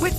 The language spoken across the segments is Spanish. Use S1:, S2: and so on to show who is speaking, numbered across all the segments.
S1: With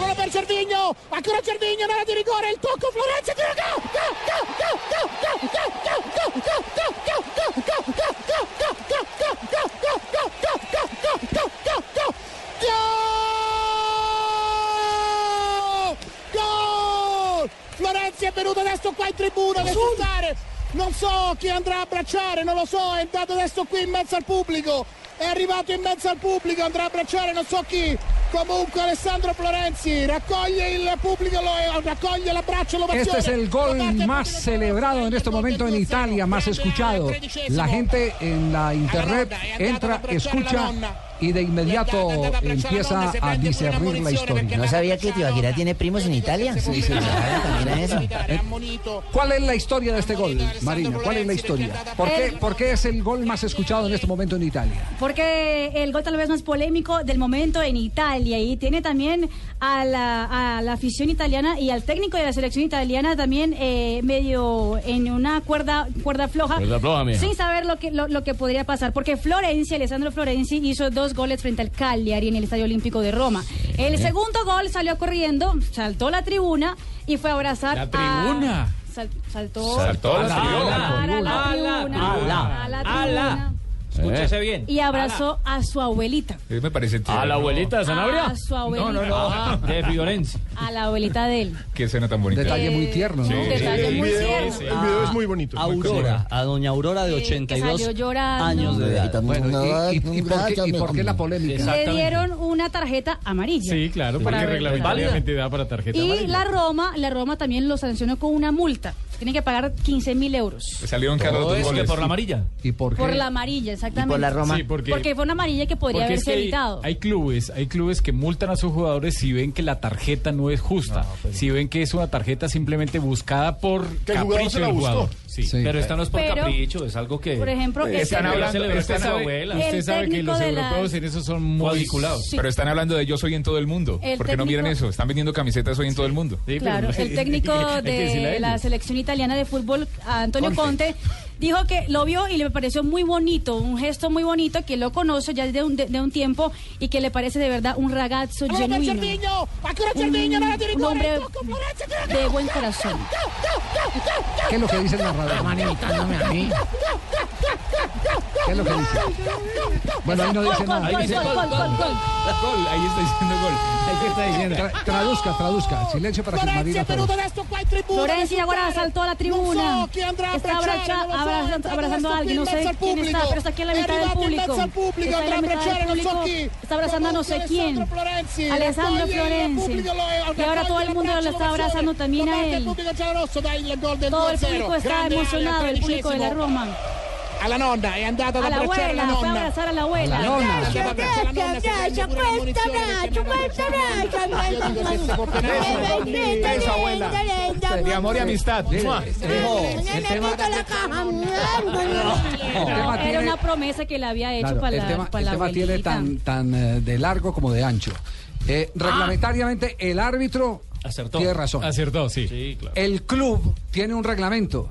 S2: Ora per Cervigno, ancora Cervigno in area di rigore, il tocco Florenzi, tiro gol, gol, gol, gol, gol, gol, gol, gol, gol, gol, gol, gol, gol, gol, gol, gol, gol, gol, gol, gol, gol, gol, gol, gol, gol, gol, gol, gol, gol, Florenzi è venuto adesso qua in tribuna ad esultare, non so chi andrà a abbracciare, non lo so, è andato adesso qui in mezzo al pubblico, è arrivato in mezzo al pubblico, andrà a abbracciare non so chi, comunque Alessandro Florenzi raccoglie il pubblico, lo, raccoglie l'abbraccio, l'ovazione.
S3: Este es el
S2: Lo
S3: gol
S2: batte il
S3: más
S2: pubblico.
S3: celebrado en este momento en Italia, más escuchado. La gente en la internet entra, escucha y de inmediato empieza a discernir la historia.
S4: ¿No sabía que Tibaquirá tiene primos en Italia? Sí, sí. También a eso.
S3: ¿Cuál es la historia de este gol, Marina? ¿Cuál es la historia? ¿Por qué, por qué es el gol más escuchado en este momento en Italia?
S5: Porque el gol tal vez más polémico del momento en Italia y tiene también a la, a la afición italiana y al técnico de la selección italiana también eh, medio en una cuerda cuerda floja.
S6: Cuerda floja, mija.
S5: Sin saber lo que, lo, lo que podría pasar. Porque Florencia, Alessandro Florenzi, hizo dos goles frente al Cagliari en el Estadio Olímpico de Roma. El segundo gol salió corriendo, saltó la tribuna y fue a abrazar
S6: ¿La
S5: a-
S6: tribuna?
S5: Sal- saltó.
S6: Saltó la
S5: a la
S3: tribuna.
S5: tribuna,
S7: Ala.
S5: a la
S7: Ala.
S5: tribuna.
S7: Escúchese bien.
S5: y abrazó a su abuelita.
S7: me parece
S6: ¿A la abuelita de Sanabria?
S5: A su abuelita.
S7: No, no, no. De Fiorenzi.
S5: A la abuelita de él.
S7: Qué escena tan bonita.
S3: Detalle
S5: Eh,
S3: muy tierno, ¿no?
S5: un detalle muy
S8: El
S5: tierno.
S8: video es muy bonito.
S7: Ah,
S9: Aurora, a doña Aurora de
S5: Eh, que
S9: 82
S5: salió llorando.
S9: años de edad.
S3: Bueno, y, y- y por qué, y por qué la polémica?
S5: Le dieron una tarjeta amarilla.
S6: Sí, claro,
S5: Por
S6: porque
S5: haber-
S6: reglamentariamente da para tarjeta
S5: Y
S6: amarilla.
S5: la Roma, la Roma también lo sancionó con una multa. Tiene que pagar 15 mil euros.
S7: Salieron caros
S6: Todo
S7: dos
S6: es que
S7: goles.
S6: por la amarilla.
S3: ¿Y por qué?
S5: Por la amarilla,
S9: Y
S5: exactamente.
S9: por la Roma.
S6: Sí, porque,
S5: Porque fue una amarilla que podría
S6: porque es
S5: haberse
S6: que hay-
S5: evitado.
S6: Hay clubes, hay clubes que multan a sus jugadores si ven que la tarjeta no es justa, si ven que es una tarjeta simplemente buscada por
S8: Que el
S6: capricho
S8: jugador se la
S6: del
S8: buscó.
S6: jugador. Sí.
S3: Sí.
S7: Pero esta no es por
S5: Pero-
S7: capricho, es algo que.
S5: Por ejemplo, que
S7: Están
S5: se-
S7: hablando-
S6: Usted
S7: Están
S6: sabe-
S7: abuela.
S6: Usted
S5: El
S6: sabe que
S5: técnico
S6: los
S5: de la-
S6: europeos en eso son muy
S7: Cuadriculados.
S5: Sí.
S7: Pero están hablando de yo soy en todo el mundo.
S5: El
S7: ¿Por qué no miran
S5: técnico-
S7: eso? Están vendiendo camisetas hoy en todo el mundo.
S6: Sí, pero
S5: Claro,
S6: no-
S5: el técnico
S6: hay que decirle a
S5: de
S6: ellos.
S5: la selección italiana de fútbol, Antonio
S3: Conte.
S5: Conte, dijo que lo vio y le pareció muy bonito, un gesto muy bonito, que lo conoce ya de un, de, de un tiempo y que le parece de verdad un ragazzo
S2: Allora per
S5: genuino,
S2: Cervigno, ancora Cervigno in area di
S5: un
S2: rigore,
S5: hombre
S2: il tocco Florenzi, tiro gol,
S5: de buen corazón.
S3: ¿Qué es lo que dice el narrador? ¿Qué es lo que dice? Bueno, ahí no dice nada.
S5: Gol, gol, gol, gol, gol, gol.
S7: Gol, ahí está diciendo gol.
S3: Tra- traduzca, traduzca. Silencio para que
S2: Florenzi
S3: Marina
S2: è venuto
S3: traduzca.
S2: adesso qua in tribuna.
S5: Florenzi
S2: ad
S5: ahora
S2: esultare.
S5: saltó a la
S2: Non
S5: tribuna.
S2: so chi andrà a
S5: Está
S2: abbracciare,
S5: abraza-
S2: non lo so,
S5: abraza-
S2: è entrato
S5: abrazando
S2: adesso
S5: a
S2: qui
S5: alguien,
S2: in
S5: no sé
S2: mezzo al
S5: quién está,
S2: público.
S5: pero está aquí en la
S2: È
S5: mitad del
S2: arrivato in
S5: público.
S2: mezzo al público,
S5: Está en
S2: andrà
S5: la
S2: a
S5: mitad del
S2: abbracciare, non so
S5: público.
S2: chi.
S5: Está abrazando a no sé
S2: Comunque
S5: quién.
S2: Alessandro Florenzi,
S5: Alessandro
S2: raccoglie il
S5: Florenzi.
S2: pubblico, lo-
S5: Y ahora todo el
S2: raccoglie
S5: mundo lo
S2: l'abbraccio,
S5: está abrazando
S2: l'ovazione.
S5: también a
S2: Davanti al
S5: él.
S2: pubblico giallorosso, dai il gol del
S5: Todo el
S2: 2-0.
S5: público está
S2: Grande area,
S5: emocionado, el público de la
S2: tredicesimo.
S5: Roma.
S2: Alla nonna, è andata ad
S5: A la
S2: abbracciare la
S5: abuela, fue a
S2: nonna.
S5: abrazar a la
S3: A la
S5: abuela.
S3: nonna.
S2: Andava ad abbracciare la nonna, si prende pure la munizione perché non abbracciava. Io dico se si può penare,
S7: Beso, abuela. De amor y amistad.
S9: El tema,
S3: El tema
S5: Era
S3: tiene,
S5: una promesa que le había hecho
S3: claro,
S5: para
S3: el
S5: la
S3: tema,
S5: para
S3: el
S5: la
S3: tema tiene
S5: abuelita.
S3: tan, tan eh, de largo como de ancho. Eh, reglamentariamente, el árbitro
S7: Acertó.
S3: tiene razón.
S6: Acertó, sí.
S3: El club tiene un reglamento.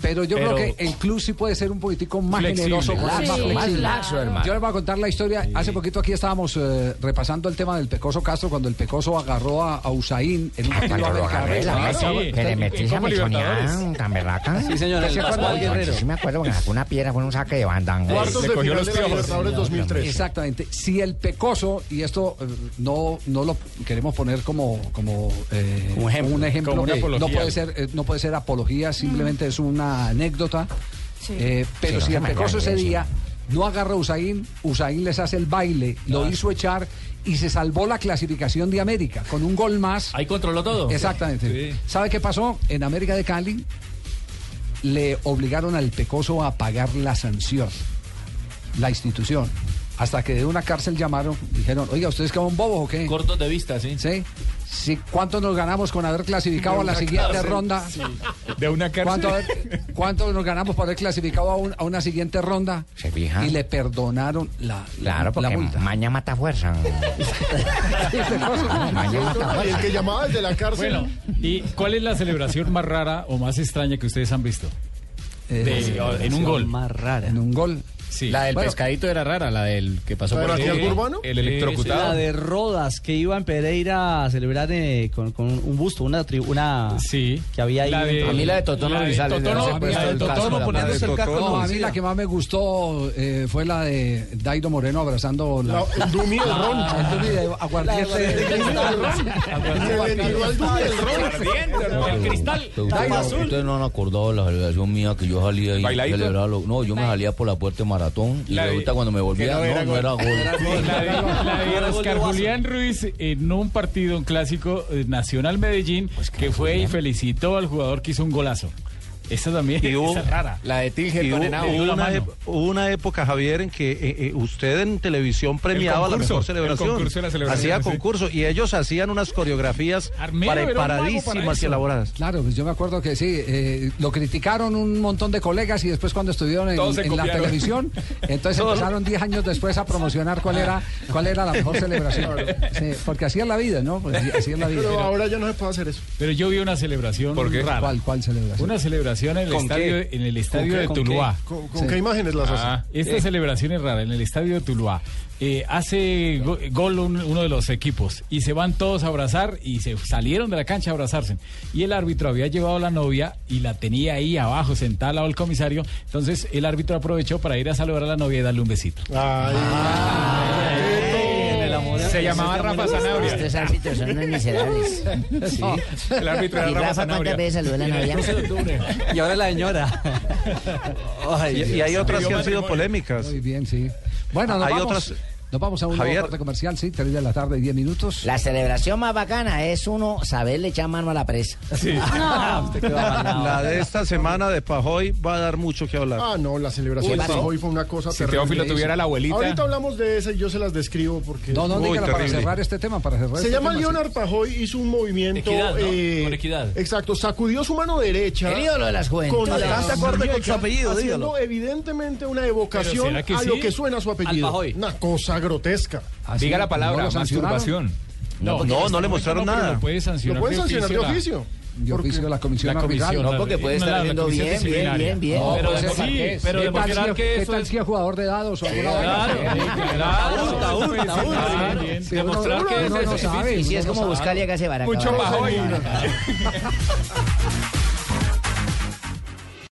S3: Pero yo
S6: Pero-
S3: creo que el club sí puede ser un poquitico más
S6: Flexible.
S3: generoso, más,
S6: Laxo,
S3: más
S5: más
S3: flexible.
S5: laxo, hermano.
S3: Yo les voy a contar la historia. Hace poquito aquí estábamos eh, repasando el tema del Pecoso Castro cuando el Pecoso agarró a, a Usain en un partido
S6: lo
S3: de
S6: agarré, la
S3: carrera.
S6: verdad. sí.
S4: Que le
S6: En
S4: metí esa
S6: Copa Libertadores.
S4: mechonía, tan berraca.
S9: sí, señor, el Pascual Guerrero.
S4: Yo sí me acuerdo que me sacó una piedra con un saque de banda. hombre.
S8: Cuartos
S7: Le
S8: de
S7: cogió
S8: final
S7: los
S8: de la
S7: piojos.
S8: Libertadores 2003.
S3: Exactamente. Si el Pecoso, y esto eh, no, no lo queremos poner como, como eh,
S9: Como ejemplo.
S3: un ejemplo,
S6: Como una
S3: eh, no,
S6: apología.
S3: puede ser, eh, no puede ser apología, simplemente es una anécdota.
S5: Sí.
S3: Eh, pero
S4: Sí,
S3: si
S4: no,
S3: el
S4: no,
S3: Pecoso
S4: no,
S3: ese
S4: no,
S3: día
S4: sí.
S3: no agarra a Usain, Usain les hace el baile,
S4: Ah.
S3: lo hizo echar y se salvó la clasificación de América con un gol más.
S7: Ahí controló todo.
S3: Exactamente.
S7: Sí.
S3: ¿Sabe qué pasó? En América de Cali le obligaron al Pecoso a pagar la sanción, la institución. Hasta que de una cárcel llamaron, dijeron, oiga, ¿ustedes que son bobos o qué? Cortos de vista, sí. Sí. Sí, ¿Cuánto nos ganamos con haber clasificado a la
S7: una
S3: siguiente
S7: cárcel,
S3: ronda?
S7: sí. De una cárcel.
S3: ¿Cuánto, haber- cuánto nos ganamos por haber clasificado a, un- a una siguiente ronda?
S4: ¿Se fija?
S3: Y le perdonaron la, la-
S4: Claro,
S3: la
S4: porque
S3: multa.
S4: maña mata fuerza. maña mata fuerza.
S6: que llamaba desde la cárcel. Bueno, ¿y cuál es la celebración más rara o más extraña que ustedes han visto?
S3: Eh,
S6: De- en un gol.
S3: Más rara. En un gol.
S6: Sí.
S10: La del
S6: Bueno,
S10: pescadito era rara, la del que pasó
S6: ¿La
S10: por
S6: de
S10: aquí.
S6: Martín Urbano?
S10: El electrocutado.
S9: La de Rodas, que iba en Pereira a celebrar eh, con, con un busto, una, tri- una que había ahí.
S10: La de- A mí la de Totono
S9: La de
S10: Grisales,
S9: Totono,
S10: de haberse
S9: la de
S10: puesto el
S9: Totono
S10: casco, la
S9: poniéndose el casco.
S3: No, a mí la que más me gustó eh, fue la de Daido Moreno abrazando la, Ah,
S9: La- el Dumi del Ron.
S3: El Dumi de aguardiente.
S9: La- la- Aguardiente.
S3: El Dumi del Ron. Le vendió al Dumi del Ron.
S11: El cristal. Ustedes no han acordado la celebración mía que yo salía ahí.
S3: ¿Bailadito?
S11: celebrarlo. No, yo me salía por la puerta de maratón y
S6: La de-
S11: resulta cuando me volvía,
S6: que no
S11: no,
S6: era
S11: no era
S6: gol.
S11: gol.
S6: La de, la de Oscar Julián Ruiz en un partido, un clásico eh, Nacional Medellín,
S3: Pues
S6: que fue y felicitó al jugador que hizo un golazo. Esa también
S12: Y hubo-
S6: esa es rara. La de
S12: Y hubo, hubo una ep- hubo una época, Javier, en que eh, eh, usted en televisión premiaba
S7: concurso,
S12: la mejor
S7: el
S12: celebración.
S7: concurso de las celebraciones,
S12: Hacía
S7: sí.
S12: concurso y ellos hacían unas coreografías
S3: Pero era un mago para
S12: preparadísimas y
S3: eso.
S12: elaboradas.
S3: Claro, pues yo me acuerdo que sí, eh, lo criticaron un montón de colegas y después cuando estuvieron en,
S12: Todos se
S3: en la
S12: copiaron.
S3: televisión, entonces
S12: Todos.
S3: empezaron 10 años después a promocionar cuál era cuál era la mejor celebración. Sí, porque así es la vida, ¿no? Pues así es la vida.
S6: ya no se puede hacer eso. Pero yo vi una celebración
S3: ¿Por qué?
S6: rara.
S3: ¿Cuál- celebración?
S6: Una celebración en el
S3: ¿Con
S6: estadio,
S3: qué?
S6: en el estadio
S3: ¿Con qué?
S6: de
S3: ¿Con qué?
S6: Tuluá.
S3: ¿Con- con Sí. qué imágenes
S6: Ah,
S3: las hacen?
S6: Esta
S3: Eh.
S6: celebración es rara, en el estadio de Tuluá. Eh, hace go- gol un- uno de los equipos y se van todos a abrazar y se salieron de la cancha a abrazarse. Y el árbitro había llevado a la novia y la tenía ahí abajo, sentada al lado del comisario. Entonces el árbitro aprovechó para ir a saludar a la novia y darle un besito.
S7: Se llamaba Rafa Sanabria.
S4: Estos árbitros son unos miserables.
S7: Sí.
S9: El árbitro era
S4: ¿Y
S9: Rafa
S4: Rafa
S9: Sanabria.
S4: cuántas veces saludó a la novia?
S9: Y ahora la señora.
S12: Ay, y- y hay otras que han sido polémicas.
S3: Muy bien, sí. Bueno, nos
S12: Hay
S3: vamos.
S12: otras-
S3: Nos vamos a una
S12: Javier.
S3: parte comercial, sí, 3 de la tarde, 10 minutos.
S4: La celebración más bacana es uno saberle echar mano a la presa.
S3: Ah,
S4: Ah,
S12: La de esta semana de Pajoy va a dar mucho que hablar.
S13: Ah, no, la celebración
S12: Uy,
S13: de
S12: sí.
S13: Sajoy fue una cosa
S12: Si
S13: terrible.
S12: Teófilo tuviera la abuelita.
S13: Ahorita hablamos de esa y yo se las describo porque...
S3: No, no, dígala para cerrar este tema, para cerrar
S13: Se
S3: este
S13: llama
S3: tema, sí.
S13: Leonard Pajoy, hizo un movimiento...
S3: Equidad, ¿no?
S13: eh,
S3: Con equidad.
S13: Exacto, sacudió su mano derecha.
S4: El ídolo de las juventudes.
S13: Con la
S4: Bastante acorde con su
S13: derecha,
S4: apellido,
S13: Haciendo
S4: dígalo.
S13: evidentemente una
S4: Pero
S13: evocación
S4: ¿será que
S13: a
S4: sí?
S13: lo que suena su apellido.
S4: Al Pajoy.
S13: Una cosa grotesca.
S3: Así,
S7: Diga la
S3: Ah, ¿no
S7: palabra,
S3: lo sancionaron?
S7: masturbación.
S3: No, porque hasta el momento no, pero
S7: Lo
S3: lo puede
S7: puede sancionar
S3: sancionar de oficio la- De oficio de la comisión,
S7: la comisión,
S3: arbitral.
S7: No, porque puede estar viendo bien, bien, bien, bien.
S3: No,
S7: Pero
S3: pues
S7: eso
S3: es-
S7: sí,
S3: ¿qué
S7: pero
S3: tal
S7: demostrar
S3: si-
S7: que
S3: ¿Qué
S7: eso
S3: tal
S7: es-
S3: si es jugador de dados o alguna vaina?
S7: claro,
S3: Sí,
S7: claro.
S3: Hurta, hurta, hurta. Sí, uno-
S4: Demostrar
S3: uno
S4: que
S3: no
S4: ese es
S3: sabe,
S4: difícil. Y si
S3: uno
S4: es
S3: no
S4: como
S3: sabe.
S4: buscarle acá se baraca.
S3: Mucho
S4: baraca,
S3: Pajoy.
S4: baraca.